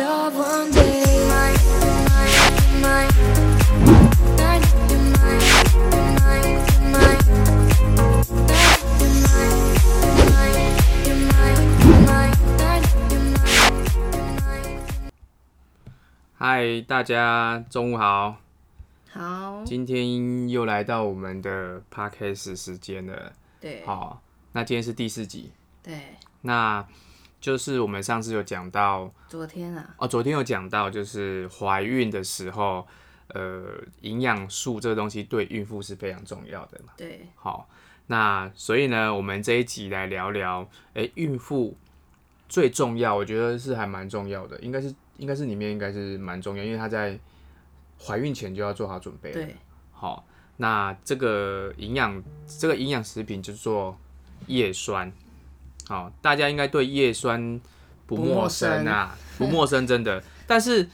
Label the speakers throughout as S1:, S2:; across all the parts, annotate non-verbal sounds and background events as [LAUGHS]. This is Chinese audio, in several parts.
S1: up one day. Thank you.
S2: 嗨，大家中午好，
S3: 好，
S2: 今天又来到我们的 podcast 时间了。
S3: 对，
S2: 好，那今天是第四集，
S3: 对，
S2: 那就是我们上次有讲到
S3: 昨天啊，
S2: 哦，昨天有讲到，就是怀孕的时候，呃，营养素这个东西对孕妇是非常重要的嘛。
S3: 对，
S2: 好，那所以呢，我们这一集来聊聊，诶、孕妇最重要，我觉得是还蛮重要的，应该是应该是里面应该是蛮重要，因为她在怀孕前就要做好准备了。
S3: 对，
S2: 好，那这个营养这个营养食品就做叶酸。好，大家应该对叶酸不
S3: 不
S2: 陌
S3: 陌
S2: 生啊，不陌生真的。但是，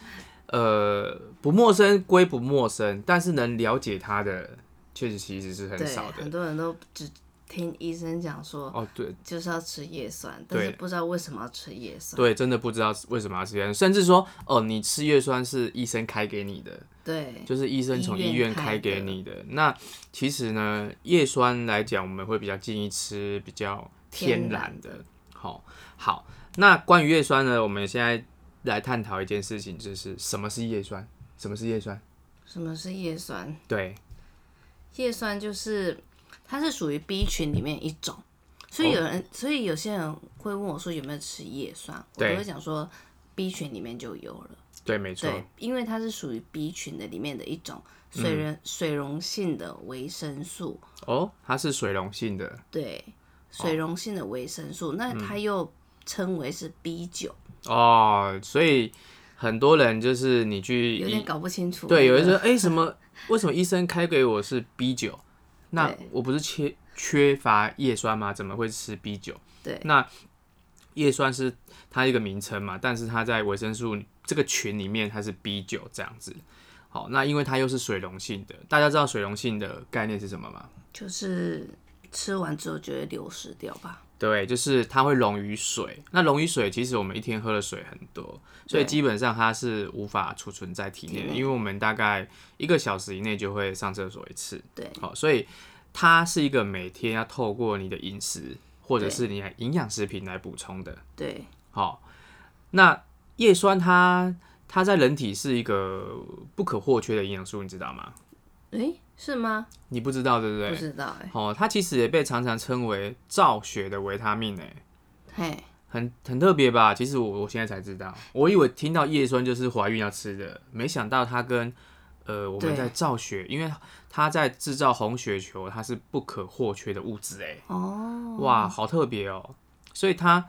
S2: 呃，不陌生归不陌生，但是能了解它的，确实其实是很
S3: 对
S2: 少，
S3: 很
S2: 的。
S3: 多人都只听医生讲说
S2: 哦，对
S3: 就是要吃叶酸，但
S2: 对
S3: 是不知道为什么要吃叶酸。
S2: 对，真的不知道为什么要吃叶酸，甚至说，哦，你吃叶酸是医生开给你的，
S3: 对，
S2: 就是医生从医院开给你的。那其实呢，叶酸来讲，我们会比较建议吃比较天然的。好、好，那关于叶酸呢，我们现在来探讨一件事情，就是什么是叶酸？什么是叶酸？
S3: 什么是叶酸？
S2: 对，
S3: 叶酸就是它是属于 B 群里面一种，所以
S2: 哦
S3: 有人，所以有些人会问我说有没有吃叶酸，我
S2: 对
S3: 都会讲说 B 群里面就有了。
S2: 对，没错，
S3: 对，因为它是属于 B 群的里面的一种
S2: 嗯
S3: 水溶、水溶性的维生素，
S2: 哦，它是水溶性的
S3: 对，
S2: 哦
S3: 水溶性的维生素，那
S2: 嗯
S3: 它又称为是 B 九、
S2: 哦，所以很多人就是你去
S3: 有
S2: 医
S3: 点搞不清楚。
S2: 对，有人
S3: 那
S2: 说，
S3: 个
S2: 哎、什么？为什么医生开给我是 B 九？那
S3: 对
S2: 我不是缺缺乏叶酸吗？怎么会吃 B 九？
S3: 对
S2: 那叶酸是它一个名称嘛，但是它在维生素这个群里面它是 B 九这样子。好，那因为它又是水溶性的，大家知道水溶性的概念是什么吗？
S3: 就是吃完之后就会流失掉吧？
S2: 对，就是它会溶于水。那溶于水，其实我们一天喝的水很多，所以
S3: 对
S2: 基本上它是无法储存在体内
S3: 体
S2: 的，
S3: 内
S2: 因为我们大概一个小时以内就会上厕所一次。
S3: 对
S2: 好、所以它是一个每天要透过你的饮食或者
S3: 对
S2: 是你的营养食品来补充的。
S3: 对
S2: 好、那叶酸它它在人体是一个不可或缺的营养素，你知道吗？
S3: 诶，是吗？
S2: 你不知道对不
S3: 不
S2: 对？
S3: 知道哎、
S2: 哦，它其实也被常常称为造血的维他命诶、欸
S3: 嘿，
S2: 很很特别吧？其实我我现在才知道，我以为听到叶酸就是怀孕要吃的，没想到它跟呃我们
S3: 对
S2: 在造血，因为它在制造红血球，它是不可或缺的物质哎、
S3: 哦，
S2: 哇，好特别哦！所以它，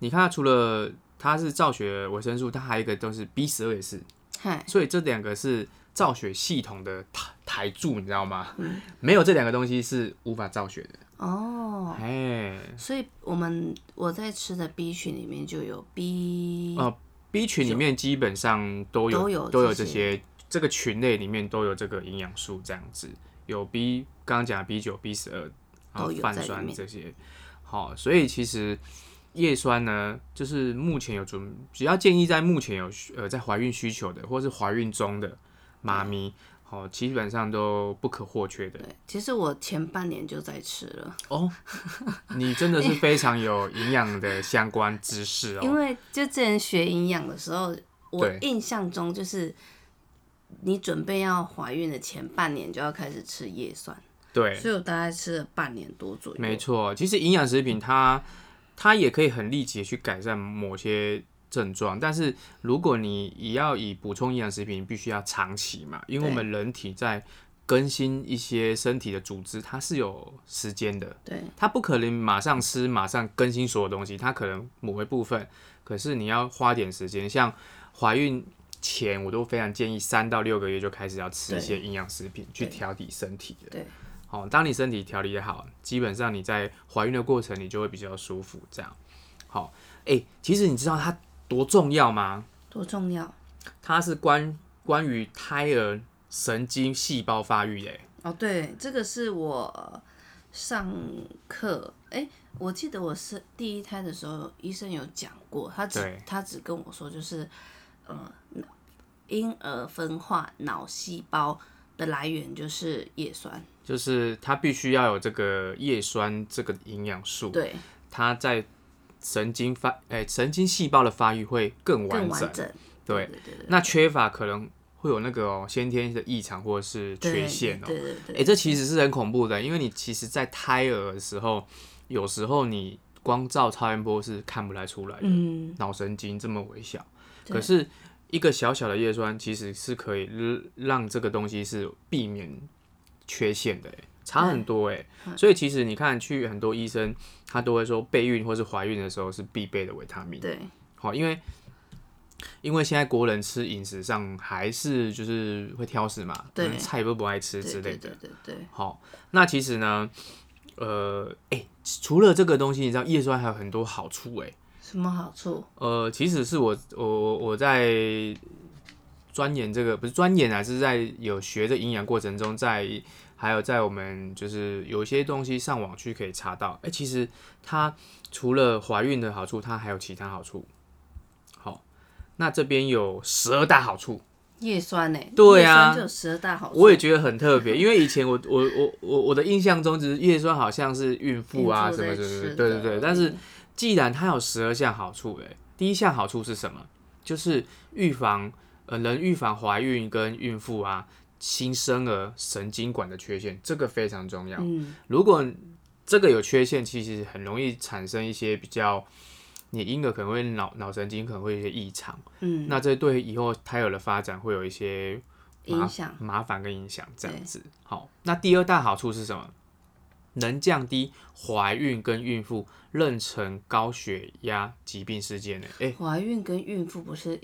S2: 你看它除了它是造血维生素，它还有一个都是 B 十二也是，
S3: 嘿，
S2: 所以这两个是造血系统的台台柱，你知道吗？没有这两个东西是无法造血的。
S3: 哦，
S2: 哎，
S3: 所以我们我在吃的 B 群里面就有 B，、
S2: 哦 B 群里面基本上都有
S3: 都有
S2: 这
S3: 这
S2: 些，这个群类里面都有这个营养素，这样子有 B 刚刚讲的 B 九、B 十二，然后
S3: 都有
S2: 泛
S3: 在里
S2: 酸
S3: 面
S2: 这些。好，所以其实叶酸呢，就是目前有准，只要建议在目前有需呃在怀孕需求的，或是怀孕中的妈咪，好、基本上都不可或缺的。
S3: 对，其实我前半年就在吃了，
S2: 哦， [LAUGHS] 你真的是非常有营养的相关知识
S3: 因
S2: 哦。
S3: 为就之前学营养的时候，我
S2: 对
S3: 印象中就是你准备要怀孕的前半年就要开始吃叶酸，
S2: 对，
S3: 所以我大概吃了半年多左右。
S2: 没错，其实营养食品它它也可以很立即的去改善某些症状，但是如果你也要以补充营养食品，必须要长期嘛，因为我
S3: 对
S2: 们人体在更新一些身体的组织，它是有时间的，
S3: 对
S2: 它不可能马上吃马上更新所有东西，它可能某一部分，可是你要花点时间，像怀孕。前我都非常建议三到六个月就开始要吃一
S3: 对
S2: 些营养食品去
S3: 对
S2: 调理身体的。
S3: 对
S2: 哦，当你身体调理好，基本上你在怀孕的过程你就会比较舒服。这样，好、哎、其实你知道它多重要吗？
S3: 多重要
S2: 它是关关于胎儿神经细胞发育、欸耶。
S3: 哦！对，这个是我上课，哎、我记得我是第一胎的时候，医生有讲过，他只
S2: 对
S3: 他只跟我说就是。呃婴儿分化脑细胞的来源就是叶酸，
S2: 就是它必须要有这个叶酸这个营养素，
S3: 对，
S2: 它在神经发哎、神经细胞的发育会更
S3: 更
S2: 完
S3: 完
S2: 整。
S3: 整。
S2: 对
S3: 对对
S2: 那缺乏可能会有那个哦先天的异常或者是
S3: 对，
S2: 缺陷哦。
S3: 对对对
S2: 哎、这其实是很恐怖的，因为你其实，在胎儿的时候，有时候你光照超音波是看不来出来的，
S3: 嗯，
S2: 脑、神经这么微小，
S3: 对
S2: 可是一个小小的叶酸其实是可以让让这个东西是避免缺陷的、诶差很多哎、所以其实你看，去很多医生他都会说，备孕或是怀孕的时候是必备的维他命。
S3: 对
S2: 好，因为因为现在国人吃饮食上还是就是会挑食嘛，
S3: 对
S2: 可能菜都不爱吃
S3: 对
S2: 之类
S3: 对
S2: 的
S3: 对。对对，
S2: 好，那其实呢，呃，哎、除了这个东西，你知道叶酸还有很多好处哎、
S3: 什么好处？
S2: 呃，其实是我我我我在钻研这个，不是钻研啊，是在有学这营养过程中在，还有在我们就是有一些东西上网去可以查到，哎、其实它除了怀孕的好处，它还有其他好处。好，那这边有十二大好处，
S3: 叶酸呢、
S2: 对
S3: 叶
S2: 啊
S3: 酸就有十二大好处。
S2: 我也觉得很特别，因为以前我我我我我的印象中，只是叶酸好像是孕妇啊
S3: 孕妇
S2: 什么
S3: 在
S2: 什么
S3: 吃
S2: 的，
S3: 的
S2: 对对对，但是
S3: 嗯
S2: 既然它有十二项好处、欸，第一项好处是什么？就是预防呃，能预防怀孕跟孕妇啊新生儿神经管的缺陷，这个非常重要。
S3: 嗯，
S2: 如果这个有缺陷，其实很容易产生一些比较，你婴儿可能会脑脑神经可能会有一些异常，
S3: 嗯，
S2: 那这对以后胎儿的发展会有一些麻
S3: 影响
S2: 麻烦跟影响，这样子。好，那第二大好处是什么？能降低怀孕跟孕妇妊娠高血压疾病事件呢？诶，
S3: 怀孕跟孕妇不是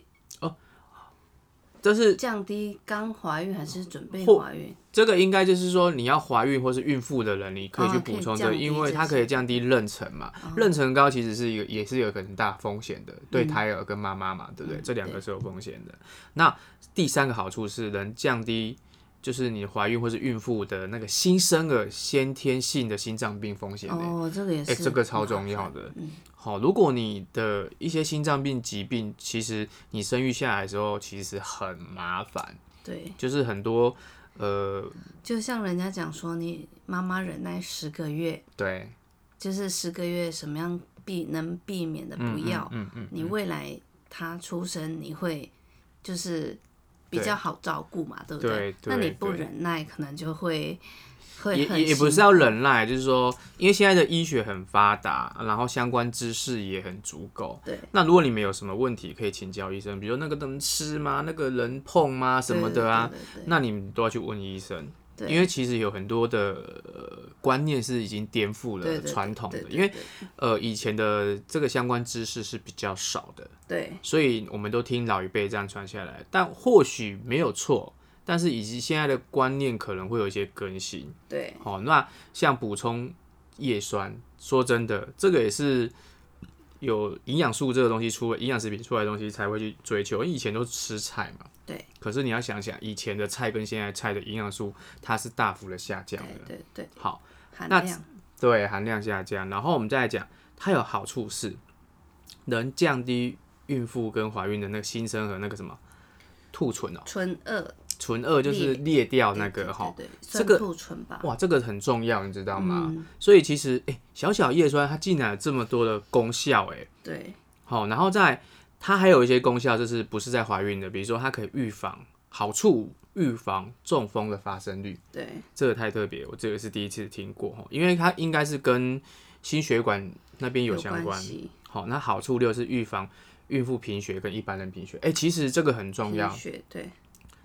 S2: 这是
S3: 降低刚怀孕还是准备
S2: 或
S3: 怀孕？
S2: 这个应该就是说，你要怀孕或是孕妇的人，你可以去
S3: 哦可以
S2: 补充这
S3: 降
S2: 个，
S3: 低
S2: 因为它
S3: 这些哦
S2: 可以降低妊娠嘛。妊娠高其实是一个也是有很大风险的，对胎儿跟妈妈嘛，对不对？
S3: 嗯
S2: 这两个
S3: 对
S2: 是有风险的。那第三个好处是能降低，就是你怀孕或是孕妇的那个新生儿先天性的心脏病风险、欸。
S3: 哦，这个也
S2: 哎、
S3: 是，
S2: 这个超重要的
S3: 嗯。
S2: 好、如果你的一些心脏病疾病，其实你生育下来的时候其实很麻烦，
S3: 对，
S2: 就是很多呃，
S3: 就像人家讲说，你妈妈忍耐十个月，
S2: 对，
S3: 就是十个月什么样避能避免的不要，
S2: 嗯嗯
S3: 你未来她出生你会就是比较好照顾嘛，对不
S2: 对对
S3: 那你不
S2: 对
S3: 忍耐，可能就会会
S2: 也
S3: 很
S2: 也也不
S3: 辛
S2: 是要
S3: 苦
S2: 忍耐，就是说，因为现在的医学很发达，然后相关知识也很足够。
S3: 对
S2: 那如果你们有什么问题，可以请教医生，比如说那个能吃吗？那个人碰吗？什么的啊？
S3: 对对对对
S2: 那你们都要去问医生，
S3: 对
S2: 因为其实有很多的、呃、观念是已经颠覆
S3: 对
S2: 了
S3: 对对
S2: 传统的
S3: 对，对
S2: 因为
S3: 对
S2: 呃以前的这个相关知识是比较少的，
S3: 对
S2: 所以我们都听老一辈这样传下来，但或许没有错，但是以及现在的观念可能会有一些更新。
S3: 对
S2: 好、那像补充叶酸，说真的，这个也是有营养素这个东西出来，营养食品出来的东西才会去追求。因为以前都吃菜嘛，
S3: 对。
S2: 可是你要想想，以前的菜跟现在菜的营养素，它是大幅的下降
S3: 对
S2: 的。
S3: 对对，
S2: 好，
S3: 含
S2: 那
S3: 量
S2: 对，含量下降。然后我们再来讲，它有好处是能降低孕妇跟怀孕的那个新生和那个什么兔唇哦，
S3: 纯二
S2: 唇腭就是裂掉那个哈、
S3: 对，
S2: 这
S3: 这
S2: 个
S3: 个兔唇吧，
S2: 哇，这个很重要，你知道吗？
S3: 嗯
S2: 所以其实，哎、小小叶酸它竟然有这么多的功效、哎，
S3: 对
S2: 好，然后再它还有一些功效，就是不是在怀孕的，比如说它可以预防好处，预防中风的发生率，
S3: 对
S2: 这个太特别，我这个是第一次听过哈，因为它应该是跟心血管那边有相
S3: 关
S2: 关。
S3: 系，
S2: 好，那好处六是预防孕妇贫血跟一般人贫血，哎、其实这个很重要
S3: 贫，血对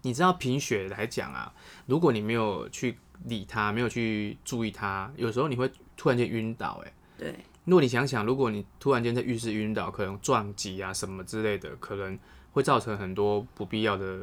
S2: 你知道贫血来讲啊，如果你没有去理它，没有去注意它，有时候你会突然间晕倒、欸。
S3: 对
S2: 如果你想想，如果你突然间在浴室晕倒，可能撞击啊什么之类的，可能会造成很多不必要的，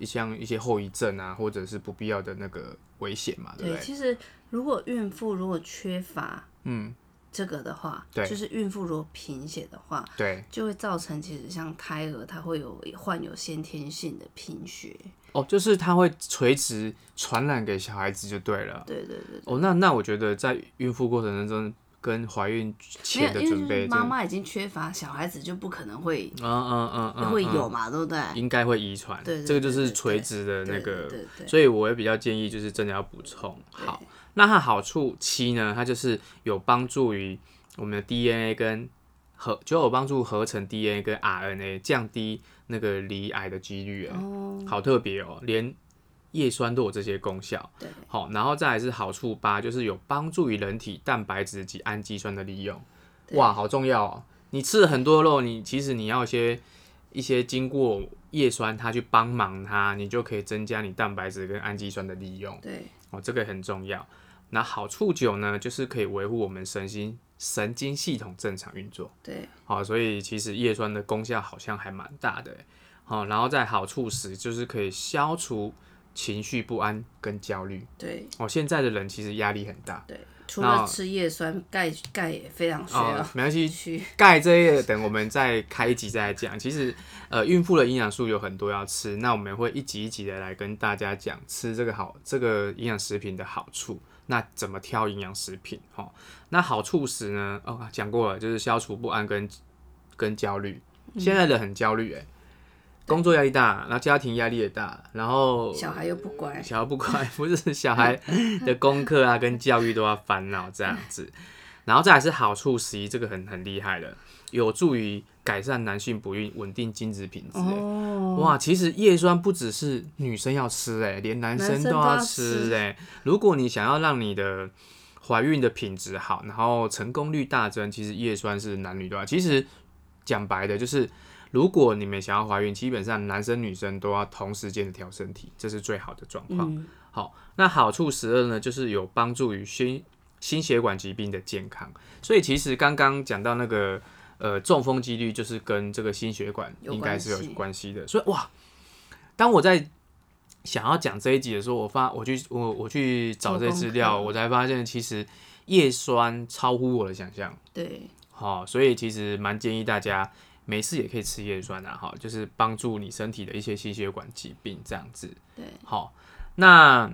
S2: 嘖像一些后遗症啊，或者是不必要的那个危险嘛，对不
S3: 对。
S2: 对？
S3: 其实如果孕妇如果缺乏
S2: 嗯，
S3: 这个的话，
S2: 对
S3: 就是孕妇如果贫血的话，
S2: 对。
S3: 就会造成其实像胎儿它会有患有先天性的贫血，
S2: 哦，就是它会垂直传染给小孩子就对了。
S3: 对对对
S2: 哦，那那我觉得在孕妇过程中跟怀孕
S3: 没
S2: 前
S3: 有，
S2: 的
S3: 因为
S2: 准
S3: 就是
S2: 备，
S3: 妈妈已经缺乏，小孩子就不可能会
S2: 嗯嗯嗯嗯，
S3: 会
S2: 嗯
S3: 有嘛，对不对？
S2: 应该会遗传，
S3: 对对
S2: 这个就
S3: 对
S2: 是
S3: 对
S2: 垂直的那
S3: 对对
S2: 个
S3: 对，对
S2: 所以我会比较建议就是真的要补充。好，那它好处七呢，它就是有帮助于我们的 DNA 跟合，就有帮助合成 DNA 跟 RNA，降低那个离癌的几率。哎、
S3: 哦，
S2: 好特别哦，连叶酸都有这些功效。
S3: 对，
S2: 好，然后再来是好处八，就是有帮助于人体蛋白质及氨基酸的利用。
S3: 对
S2: 哇，好重要哦！你吃了很多肉，你其实你要一些一些经过叶酸它去帮忙它，你就可以增加你蛋白质跟氨基酸的利用
S3: 对，
S2: 哦，这个很重要。那好处九呢，就是可以维护我们神经神经系统正常运作。
S3: 对，
S2: 好、所以其实叶酸的功效好像还蛮大的欸。好、然后在好处十就是可以消除情绪不安跟焦虑。
S3: 对，
S2: 哦，现在的人其实压力很大。
S3: 对。除
S2: 那
S3: 了吃叶酸，钙钙也非常啊需要
S2: 哦，没关系，
S3: 去。
S2: 钙这一类等我们再开一集再来讲。其实，呃，孕妇的营养素有很多要吃，那我们会一集一集的来跟大家讲吃这个好这个营养食品的好处，那怎么挑营养食品哦。那好处时呢，哦，讲过了，就是消除不安跟跟焦虑。现在人很焦虑，哎，工作压力大，然后家庭压力也大，然后
S3: 小孩又不乖，
S2: 小孩不乖， [LAUGHS] 不是小孩的功课啊，跟教育都要烦恼这样子。然后再来是好处十一，这个很很厉害的，有助于改善男性不孕，稳定精子品质、欸。
S3: 哦，
S2: 哇，其实叶酸不只是女生要吃哎、欸，连男
S3: 男
S2: 生都
S3: 生都
S2: 要
S3: 要
S2: 吃
S3: 吃
S2: 哎、欸。如果你想要让你的怀孕的品质好，然后成功率大增，其实叶酸是男女都要。其实讲白的，就是如果你们想要怀孕，基本上男生女生都要同时间的调身体，这是最好的状况。
S3: 嗯，
S2: 好，那好处十二呢，就是有帮助于心心血管疾病的健康。所以其实刚刚讲到那个呃中风几率，就是跟这个心血管
S3: 有
S2: 应该是有
S3: 关系
S2: 关系的。所以哇，当我在想要讲这一集的时候，我发我去我我去找
S3: 做
S2: 这些
S3: 功
S2: 资
S3: 课
S2: 料，我才发现其实叶酸超乎我的想象。
S3: 对，
S2: 好、所以其实蛮建议大家没事也可以吃叶酸啊，哈、就是帮助你身体的一些心血管疾病这样子。
S3: 对，
S2: 好、那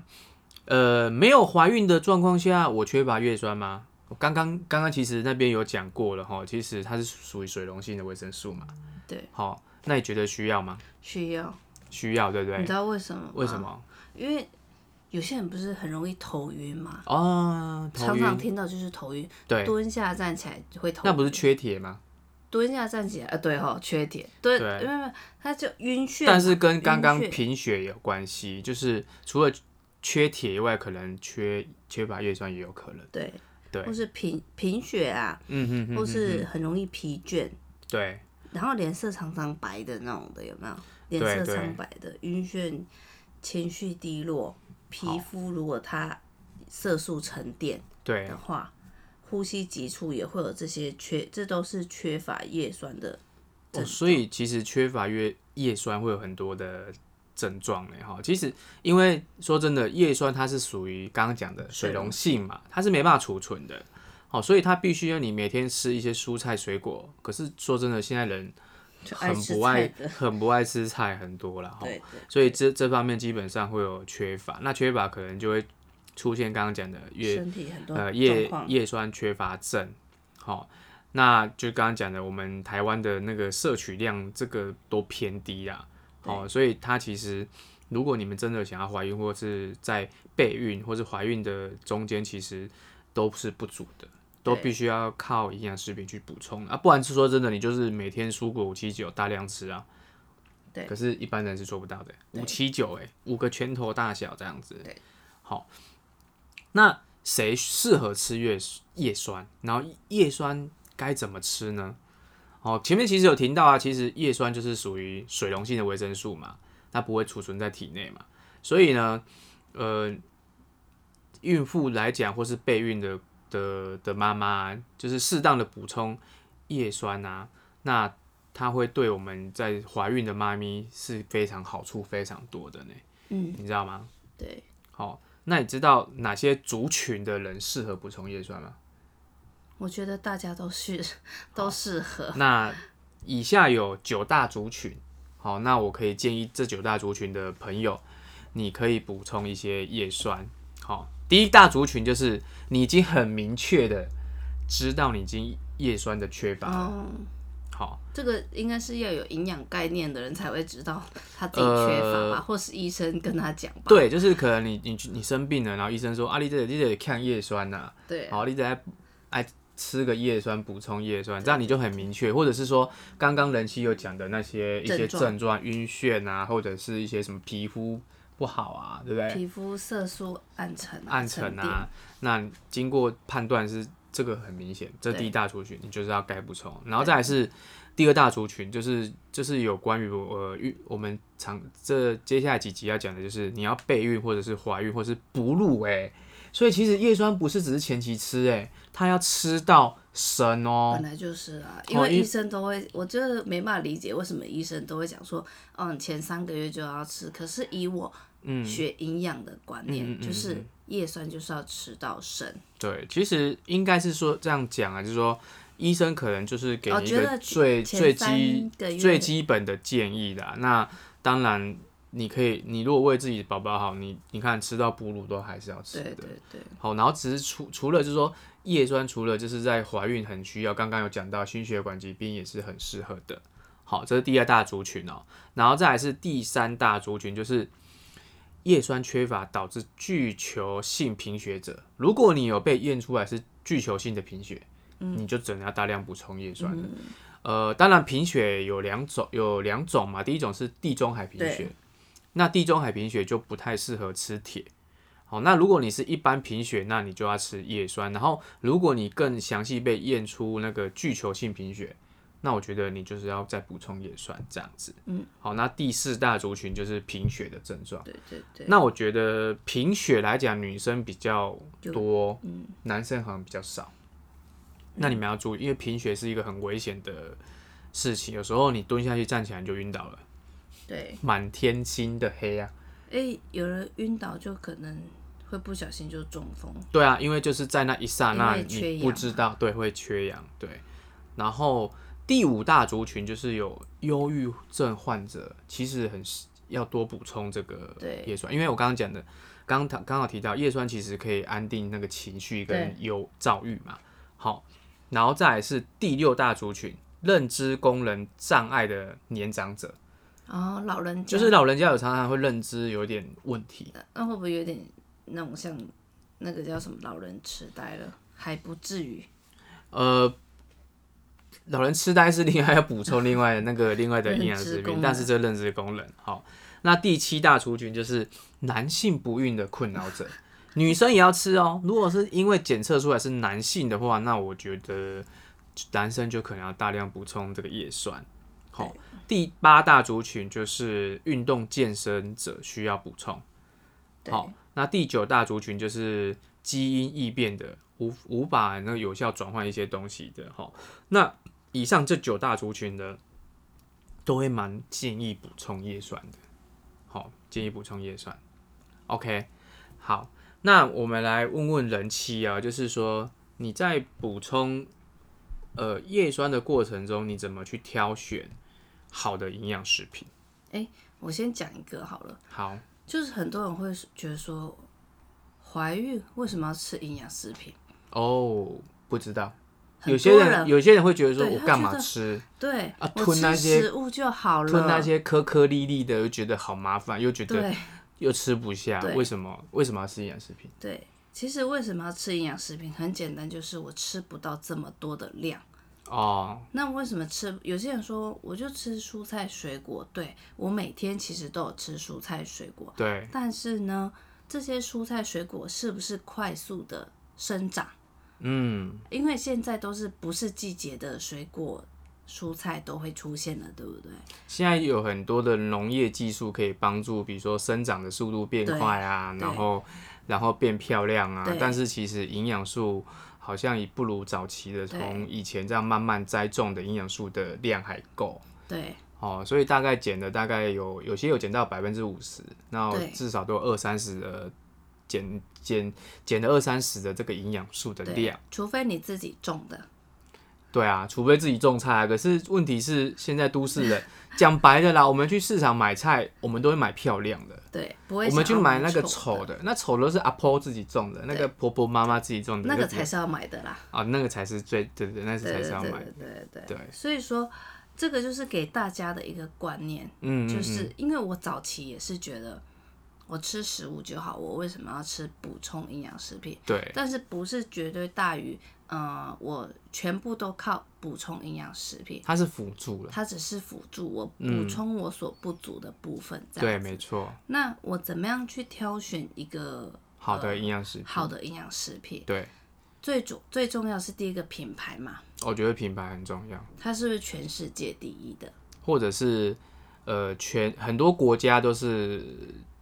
S2: 呃没有怀孕的状况下，我缺乏叶酸吗？我刚刚刚刚其实那边有讲过了哈，其实它是属于水溶性的维生素嘛。
S3: 对，
S2: 好、那你觉得需要吗？
S3: 需要。
S2: 需要，对不
S3: 你
S2: 对
S3: 知？道为什么？
S2: 为什？么？
S3: 因为有些人不是很容易头晕嘛，
S2: 哦，头
S3: 常常
S2: 晕，
S3: 听到就是头晕，
S2: 对，
S3: 蹲下站起来就会头晕。
S2: 那不是缺铁吗？
S3: 蹲下站起来？呃，对哈，缺点。对，
S2: 对
S3: 没有没有，他就晕眩嘛。
S2: 但是跟刚刚
S3: 晕眩
S2: 贫血有关系，就是除了缺铁以外，可能缺缺乏叶酸也有可能。
S3: 对
S2: 对
S3: 或是贫贫血啊，
S2: 嗯哼哼
S3: 或
S2: 哼
S3: 是
S2: 哼
S3: 很容易疲倦，
S2: 对
S3: 然后脸色常常白的那种的，有没有？脸
S2: 对
S3: 色
S2: 对
S3: 苍白的，晕眩，情绪低落，皮肤如果它色素沉淀
S2: 对哦
S3: 的话，呼吸急促也会有这些缺，这都是缺乏叶酸的
S2: 哦，所以其实缺乏叶叶酸会有很多的症状呢。哈，其实因为说真的，叶酸它是属于刚刚讲的水
S3: 水溶
S2: 溶性嘛，它是没办法储存的。哦，所以它必须要你每天吃一些蔬菜水果。可是说真的，现在人
S3: 就爱
S2: 很
S3: 吃
S2: 不
S3: 菜
S2: 爱
S3: 的，
S2: 很不爱吃菜，很多了哈。
S3: 对对
S2: 所以这这方面基本上会有缺乏，那缺乏可能就会出现刚刚讲的叶
S3: 身体很多
S2: 呃
S3: 状
S2: 叶
S3: 况，
S2: 叶酸缺乏症，好、那就刚刚讲的我们台湾的那个摄取量这个都偏低啦，哦，所以它其实如果你们真的想要怀孕，或是在备孕或是怀孕的中间，其实都是不足的。都
S3: 对
S2: 必须要靠营养食品去补充啊，不然是说真的，你就是每天蔬果五七九大量吃啊，
S3: 对
S2: 可是，一般人是做不到的。五七九，哎，五个拳头大小这样子。
S3: 对。
S2: 好，那谁适合吃叶叶酸？然后叶酸该怎么吃呢？哦，前面其实有提到啊，其实叶酸就是属于水溶性的维生素嘛，它不会储存在体内嘛，所以呢，呃，孕妇来讲或是备孕的的的妈妈，就是适当的补充叶酸啊，那它会对我们在怀孕的妈咪是非常好处非常多的呢，
S3: 嗯，
S2: 你知道吗？
S3: 对，
S2: 好、那你知道哪些族群的人适合补充叶酸吗？
S3: 我觉得大家都
S2: 哦
S3: 是都适 [LAUGHS] 合，
S2: 那以下有九大族群，好、那我可以建议这九大族群的朋友，你可以补充一些叶酸。好、第一大族群就是你已经很明确的知道你已经叶酸的缺乏了。
S3: 哦，
S2: 好，
S3: 这个应该是要有营养概念的人才会知道他自己缺乏吧，
S2: 呃
S3: 或是医生跟他讲吧。
S2: 对，就是可能你你去你生病了，然后医生说啊，你得你得看叶酸啊呐、
S3: 对，啊
S2: 好，你得爱爱吃个叶酸，补充叶酸，这样你就很明确，或者是说刚刚人气有讲的那些一些
S3: 症状
S2: 症状，晕眩啊，或者是一些什么皮肤不好啊，对不对？
S3: 皮肤色素暗沉、
S2: 暗沉
S3: 沉淀
S2: 啊，那经过判断是这个很明显，这
S3: 对
S2: 第一大族群你就是要该补充，然后再来是第二大族群，就是就是有关于呃孕，我们常这接下来几集要讲的就是你要备孕或者是怀孕或者是哺乳哎、所以其实叶酸不是只是前期吃哎、它要吃到生哦
S3: 本、来就是啊，
S2: 哦
S3: 因为
S2: 因
S3: 医生都会，我就是没办法理解为什么医生都会讲说，嗯，前三个月就要吃。可是以我学营养的观念，
S2: 嗯嗯嗯
S3: 就是
S2: 嗯
S3: 叶酸就是要吃到生。
S2: 对，其实应该是说这样讲啊，就是说医生可能就是给
S3: 哦
S2: 你一
S3: 觉
S2: 个
S3: 得
S2: 最
S3: 前
S2: 最
S3: 三
S2: 基
S3: 个月
S2: 最基本的建议的啊、那当然，你可以，你如果为自己宝宝好，你你看吃到哺乳都还是要吃
S3: 对
S2: 的。
S3: 对对，
S2: 好，然后只是除除了就是说叶酸，除了就是在怀孕很需要，刚刚有讲到心血管疾病也是很适合的。好，这是第二大族群哦，然后再来是第三大族群，就是叶酸缺乏导致巨球性贫血者。如果你有被验出来是巨球性的贫血，你就只能要大量补充叶酸了。呃，当然贫血有两种，有两种嘛，第一种是地中海贫血
S3: 对，
S2: 那地中海贫血就不太适合吃铁。好，那如果你是一般贫血，那你就要吃叶酸。然后，如果你更详细被验出那个巨球性贫血，那我觉得你就是要再补充叶酸这样子。嗯，好，那第四大族群就是贫血的症状。
S3: 对对对，
S2: 那我觉得贫血来讲，女生比较多，男生好像比较少。那你们要注意，因为贫血是一个很危险的事情，有时候你蹲下去站起来你就晕倒了，
S3: 对，
S2: 满天星的黑啊。
S3: 哎、有人晕倒就可能会不小心就中风，
S2: 对啊，因为就是在那一刹那，
S3: 因为缺氧啊
S2: 你不知道，对，会缺氧，对。然后第五大族群就是有忧郁症患者，其实很是要多补充这个
S3: 对
S2: 叶酸，因为我刚刚讲的，刚刚刚好提到叶酸其实可以安定那个情绪跟
S3: 对
S2: 忧躁郁嘛。好，然后再来是第六大族群，认知功能障碍的年长者，
S3: 然后哦老人家
S2: 就是老人家有常常会认知有点问题，
S3: 那会不会有点那种像那个叫什么老人痴呆了？还不至于，
S2: 呃，老人痴呆是另外要补充另外的那个另外的营养
S3: 认知
S2: 食
S3: 功
S2: 品，
S3: 能
S2: 但是这认知功能好。那第七大族群就是男性不孕的困扰者，女生也要吃哦。如果是因为检测出来是男性的话，那我觉得男生就可能要大量补充这个叶酸。好，第八大族群就是运动健身者需要补充。
S3: 对，
S2: 好，那第九大族群就是基因异变的，无无法那个有效转换一些东西的。哈，那以上这九大族群呢，都会蛮建议补充叶酸的。好，建议补充叶酸。OK，好，那我们来问问人妻啊，就是说你在补充呃叶酸的过程中，你怎么去挑选好的营养食品？
S3: 我先讲一个好了。
S2: 好，
S3: 就是很多人会觉得说，怀孕为什么要吃营养食品？
S2: 哦，不知道。
S3: 很
S2: 有些
S3: 多
S2: 人有些人会觉得说，
S3: 对
S2: 我
S3: 他
S2: 干
S3: 觉
S2: 嘛
S3: 得嗯
S2: 吃
S3: 对
S2: 啊
S3: 我
S2: 吞那
S3: 吃
S2: 些
S3: 食物就好了，
S2: 吞那些颗颗粒粒的，又觉得好麻烦，又觉得
S3: 对
S2: 又吃不下，
S3: 对
S2: 为什么为什么要吃营养食品？
S3: 对。其实为什么要吃营养食品？很简单，就是我吃不到这么多的量。
S2: 哦，
S3: 那为什么吃？有些人说我就吃蔬菜水果，对我每天其实都有吃蔬菜水果，
S2: 对，
S3: 但是呢，这些蔬菜水果是不是快速的生长？
S2: 嗯，
S3: 因为现在都是不是季节的水果、蔬菜都会出现了，对不对？
S2: 现在有很多的农业技术可以帮助，比如说生长的速度变
S3: 对
S2: 快啊，
S3: 对
S2: 然后然后变漂亮啊
S3: 对，
S2: 但是其实营养素。好像也不如早期的
S3: 对
S2: 从以前这样慢慢栽种的营养素的量还够
S3: 对
S2: 哦，所以大概减的大概有有些有减到百分之五十，那
S3: 对
S2: 至少都有二三十的减减减了二三十的这个营养素的
S3: 对
S2: 量。
S3: 除非你自己种的，
S2: 对啊，除非自己种菜啊。可是问题是，现在都市人讲白的啦，我们去市场买菜，我们都会买漂亮的，
S3: 对，不会
S2: 我
S3: 想要
S2: 们去买那个丑
S3: 丑，
S2: 的，那丑的是阿婆自己种的，那个婆婆妈妈自己种的，
S3: 那个才
S2: 比
S3: 是要买的啦。
S2: 啊，那个才是最对对，对那是
S3: 对
S2: 才
S3: 对
S2: 是要
S3: 对
S2: 买的，
S3: 对对
S2: 对
S3: 所以说，这个就是给大家的一个观念，
S2: 嗯，嗯
S3: 就是因为我早期也是觉得我吃食物就好，我为什么要吃补充营养食品？
S2: 对
S3: 但是不是绝对大于，呃，我全部都靠补充营养食品，
S2: 它是辅助了，
S3: 它只是辅助我补充我所不足的部分。这
S2: 嗯对，
S3: 样子
S2: 没错，
S3: 那我怎么样去挑选一个
S2: 好的营养师，
S3: 嗯好的营养食品？
S2: 对，
S3: 最主最重要是第一个品牌嘛，
S2: 我觉得品牌很重要，
S3: 它是不是全世界第一的？
S2: 或者是呃，全很多国家都是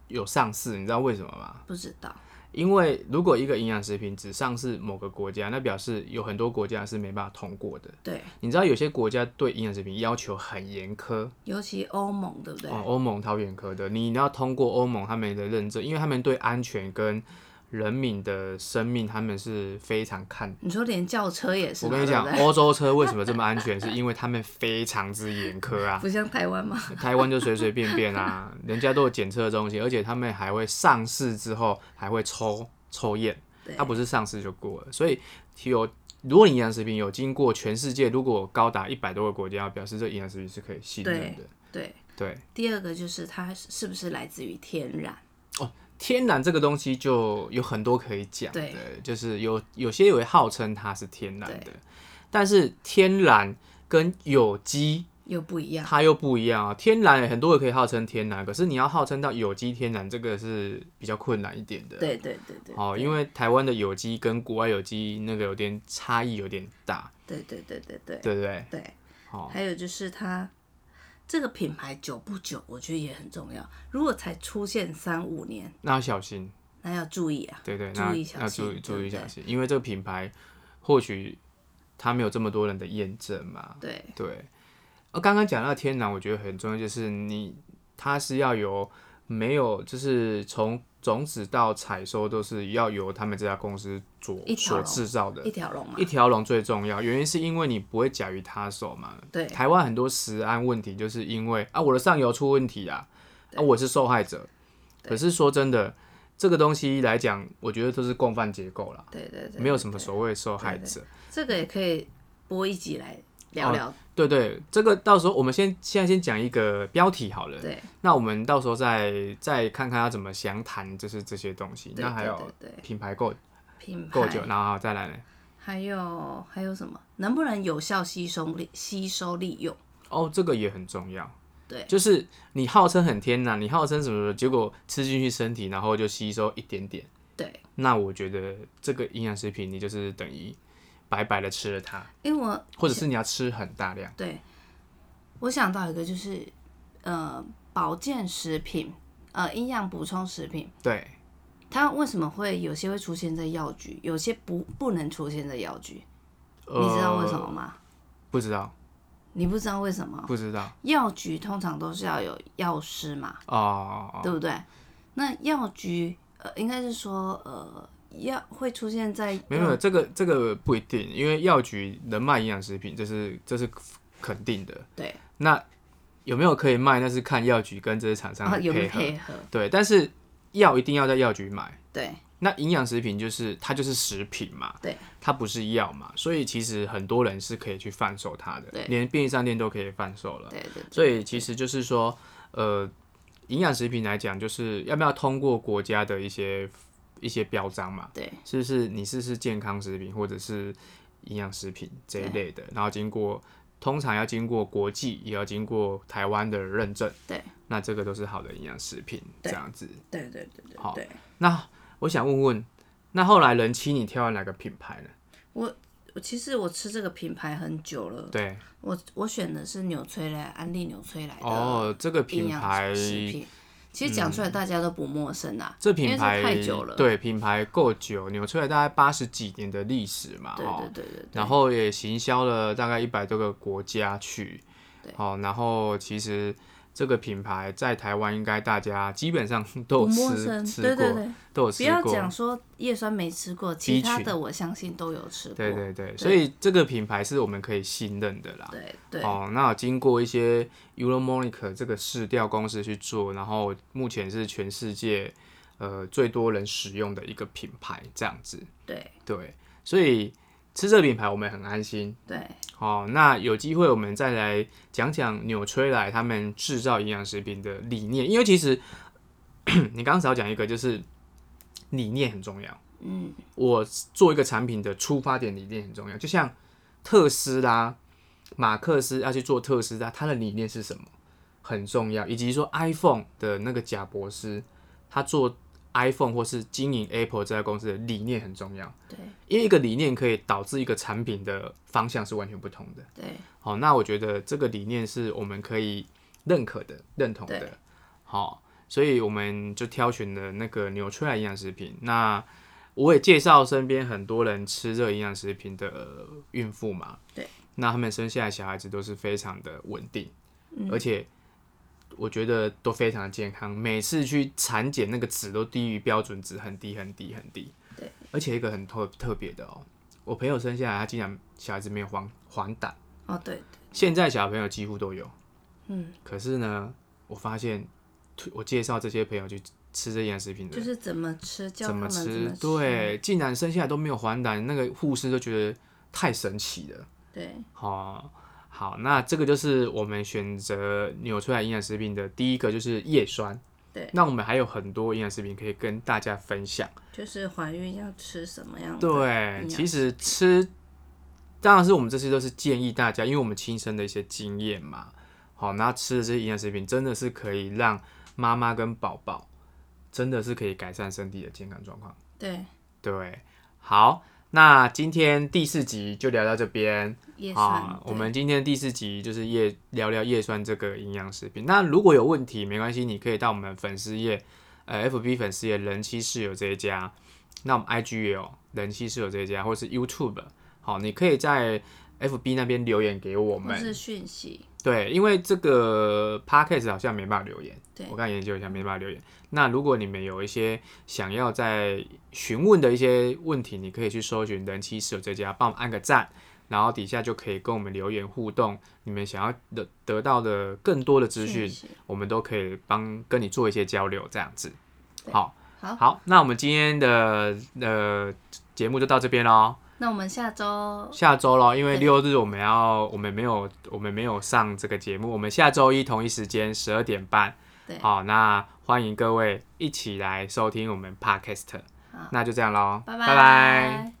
S2: 有上市，你知道为什么吗？
S3: 不知道。
S2: 因为如果一个营养食品只上市某个国家，那表示有很多国家是没办法通过的。
S3: 对，
S2: 你知道有些国家对营养食品要求很严苛，
S3: 尤其欧盟，对不对？
S2: 哦，欧盟超严苛的，你要通过欧盟他们的认证，因为他们对安全跟人民的生命他们是非常看。
S3: 你说连轿车也是
S2: 我
S3: 嘛，
S2: 跟你讲
S3: 对不，对
S2: 欧洲车为什么这么安全，是因为他们非常之严苛啊。
S3: 不像台湾嘛，
S2: 台湾就随随便便啊，人家都有检测中心，而且他们还会上市之后还会抽抽验
S3: 对，
S2: 它不是上市就过了。所以有如果营养食品有经过全世界，如果高达一百多个国家，表示这营养食品是可以信任的。
S3: 对。
S2: 对，
S3: 第二个就是它是不是来自于天然？
S2: 天然这个东西就有很多可以讲的
S3: 对，
S2: 就是有有些有号称它是天然的
S3: 对，
S2: 但是天然跟有机
S3: 又不一样，
S2: 它又不一样啊。天然很多也可以号称天然，可是你要号称到有机天然，这个是比较困难一点的。
S3: 对对对对，
S2: 哦，因为台湾的有机跟国外有机那个有点差异，有点大，
S3: 对对对对对
S2: 对不对？
S3: 对。
S2: 好
S3: 还有就是它这个品牌久不久，我觉得也很重要。如果才出现三五年，
S2: 那要小心，
S3: 那要注意啊。
S2: 对对，
S3: 注
S2: 那
S3: 意小
S2: 要
S3: 心
S2: 注意
S3: 对
S2: 注意
S3: 不对
S2: 小心，因为这个品牌或许它没有这么多人的验证嘛。
S3: 对
S2: 对，呃，刚刚讲到天然，我觉得很重要，就是你它是要由没有，就是从种子到采收都是要由他们这家公司所
S3: 一条
S2: 所
S3: 龙
S2: 制造的
S3: 一，条龙嘛
S2: 一，条龙最重要。原因是因为你不会假于他手嘛。
S3: 对
S2: 台湾很多食安问题，就是因为啊我的上游出问题啊，啊我是受害者。可是说真的，这个东西来讲，我觉得都是共犯结构啦，
S3: 对对对，
S2: 没有什么
S3: 对
S2: 所谓受害者。
S3: 这个也可以播一集来
S2: 哦
S3: 聊聊。
S2: 对对，这个到时候我们先现在先讲一个标题好了。
S3: 对
S2: 那我们到时候再再看看要怎么详谈，就是这些东西。
S3: 对
S2: 那还
S3: 对
S2: 有
S3: 对对
S2: 品牌够
S3: 品牌
S2: 够久，然后再来呢？
S3: 还有还有什么？能不能有效吸收利吸收利用？
S2: 哦，这个也很重要。
S3: 对
S2: 就是你号称很天然，你号称什么，结果吃进去身体，然后就吸收一点点。
S3: 对，
S2: 那我觉得这个营养食品，你就是等于白白的吃了它，
S3: 因为我
S2: 或者是你要吃很大量。
S3: 对我想到一个就是呃保健食品，呃营养补充食品，
S2: 对，
S3: 它为什么会有些会出现在药局，有些不不能出现在药局？
S2: 呃
S3: 你知道为什么？吗？
S2: 不知道，
S3: 你不知道为什么？
S2: 呃不知道。
S3: 药局通常都是要有药师嘛，
S2: 哦哦，哦
S3: 对不对？那药局呃应该是说呃药会出现在
S2: 没有没
S3: 药
S2: 有，这个这个不一定，因为药局能卖营养食品，这是这是肯定的。
S3: 对
S2: 那有没有可以卖，那是看药局跟这些厂商
S3: 啊
S2: 的
S3: 有没
S2: 配
S3: 有
S2: 合。
S3: 配合？
S2: 对，但是药一定要在药局买。
S3: 对
S2: 那营养食品就是它就是食品嘛，
S3: 对，
S2: 它不是药嘛，所以其实很多人是可以去贩售它的
S3: 对，
S2: 连便利商店都可以贩售了。
S3: 对对对
S2: 哦所以其实就是说，呃，营养食品来讲，就是要不要通过国家的一些一些标章嘛，
S3: 对
S2: 是不是你是是健康食品或者是营养食品这一类的，然后经过通常要经过国际，也要经过台湾的认证，
S3: 对
S2: 那这个都是好的营养食品这样子。
S3: 对对对对
S2: 好
S3: 对。
S2: 那我想问问，那后来人妻你挑了哪个品牌呢？
S3: 我其实我吃这个品牌很久了，
S2: 对，
S3: 我我选的是纽崔莱，安利纽崔莱的
S2: 哦，这个
S3: 营
S2: 品牌嗯
S3: 养，食品。其实讲出来大家都不陌生啦，
S2: 这品牌
S3: 因为这太久了，
S2: 对，品牌够久，纽崔莱大概八十几年的历史嘛，
S3: 对
S2: 哦
S3: 对对对对
S2: 然后也行销了大概一百多个国家去。
S3: 对
S2: 好、然后其实这个品牌在台湾应该大家基本上都有
S3: 不陌
S2: 吃
S3: 生，
S2: 吃
S3: 对
S2: 过，
S3: 对对，
S2: 都有
S3: 不
S2: 吃
S3: 要
S2: 过。
S3: 讲说叶酸没吃过，其
S2: 鸡
S3: 他
S2: 群
S3: 的我相信都有吃过，
S2: 对对对，所以这个品牌是我们可以信任的啦。
S3: 对对
S2: 哦，那有经过一些 Euromonic 这个市调公司去做，然后目前是全世界呃最多人使用的一个品牌，这样子。
S3: 对
S2: 对，所以吃这个品牌我们很安心。
S3: 对，
S2: 哦，那有机会我们再来讲讲纽崔莱他们制造营养食品的理念，因为其实嗯你刚刚少讲一个，就是理念很重要。
S3: 嗯，
S2: 我做一个产品的出发点理念很重要，就像特斯拉，马克思啊要去做特斯拉，他的理念是什么很重要，以及说 iPhone 的那个贾博士，他做 iPhone 或是经营 Apple 这家公司的理念很重要，
S3: 对
S2: 因为一个理念可以导致一个产品的方向是完全不同的。
S3: 对
S2: 好，那我觉得这个理念是我们可以认可的、认同
S3: 对
S2: 的。好，所以我们就挑选了那个纽崔莱营养食品。那我也介绍身边很多人吃这个营养食品的呃孕妇嘛，
S3: 对，
S2: 那他们生下来小孩子都是非常的稳定，
S3: 嗯
S2: 而且我觉得都非常的健康。每次去产检，那个值都低于标准值，很低很低很低。
S3: 对，
S2: 而且一个很特特别的哦，我朋友生下来，他竟然小孩子没有黄黄疸。
S3: 哦对
S2: 现在小朋友几乎都有，
S3: 嗯，
S2: 可是呢，我发现推我介绍这些朋友去吃这营养食品的
S3: 就
S2: 人，
S3: 是怎么吃，教他
S2: 怎
S3: 们
S2: 么
S3: 怎
S2: 吃
S3: 么，吃，
S2: 对，竟然生下来都没有黄疸，那个护士都觉得太神奇了。
S3: 对
S2: 好、好，那这个就是我们选择纽崔莱营养食品的第一个，就是叶酸。
S3: 对，
S2: 那我们还有很多营养食品可以跟大家分享。
S3: 就是怀孕要吃什么样的，
S2: 对，
S3: 营养
S2: 其实吃，当然是我们这些都是建议大家，因为我们亲身的一些经验嘛。好，那吃的这些营养食品真的是可以让妈妈跟宝宝，真的是可以改善身体的健康状况。
S3: 对
S2: 对，好，那今天第四集就聊到这边。
S3: 叶酸
S2: 好，，
S3: 对
S2: 我们今天第四集就是叶聊聊叶酸这个营养食品。那如果有问题没关系，你可以到我们粉丝页，呃，FB 粉丝页人妻室友这一家，那我们 IG 也有人妻室友这一家，或是 YouTube，好，你可以在 FB 那边留言给我
S3: 或是
S2: 们。
S3: 讯息，
S2: 对，因为这个 Podcast 好像没办法留言，
S3: 对
S2: 我刚研究一下没办法留言。那如果你们有一些想要在询问的一些问题，你可以去搜寻人妻室友这家，帮我们按个赞，然后底下就可以跟我们留言互动。你们想要得得到的更多的资讯，
S3: 息
S2: 我们都可以帮跟你做一些交流，这样子。
S3: 对
S2: 好，
S3: 好
S2: 好，那我们今天的呃节目就到这边喽。
S3: 那我们下周
S2: 下周咯，因为
S3: 嗯对
S2: 六日我们要，我们没有，我们没有上这个节目，我们下周一同一时间十二点半
S3: 对，
S2: 好、那欢迎各位一起来收听我们 podcast，
S3: 好
S2: 那就这样咯，
S3: 拜
S2: 拜拜
S3: 拜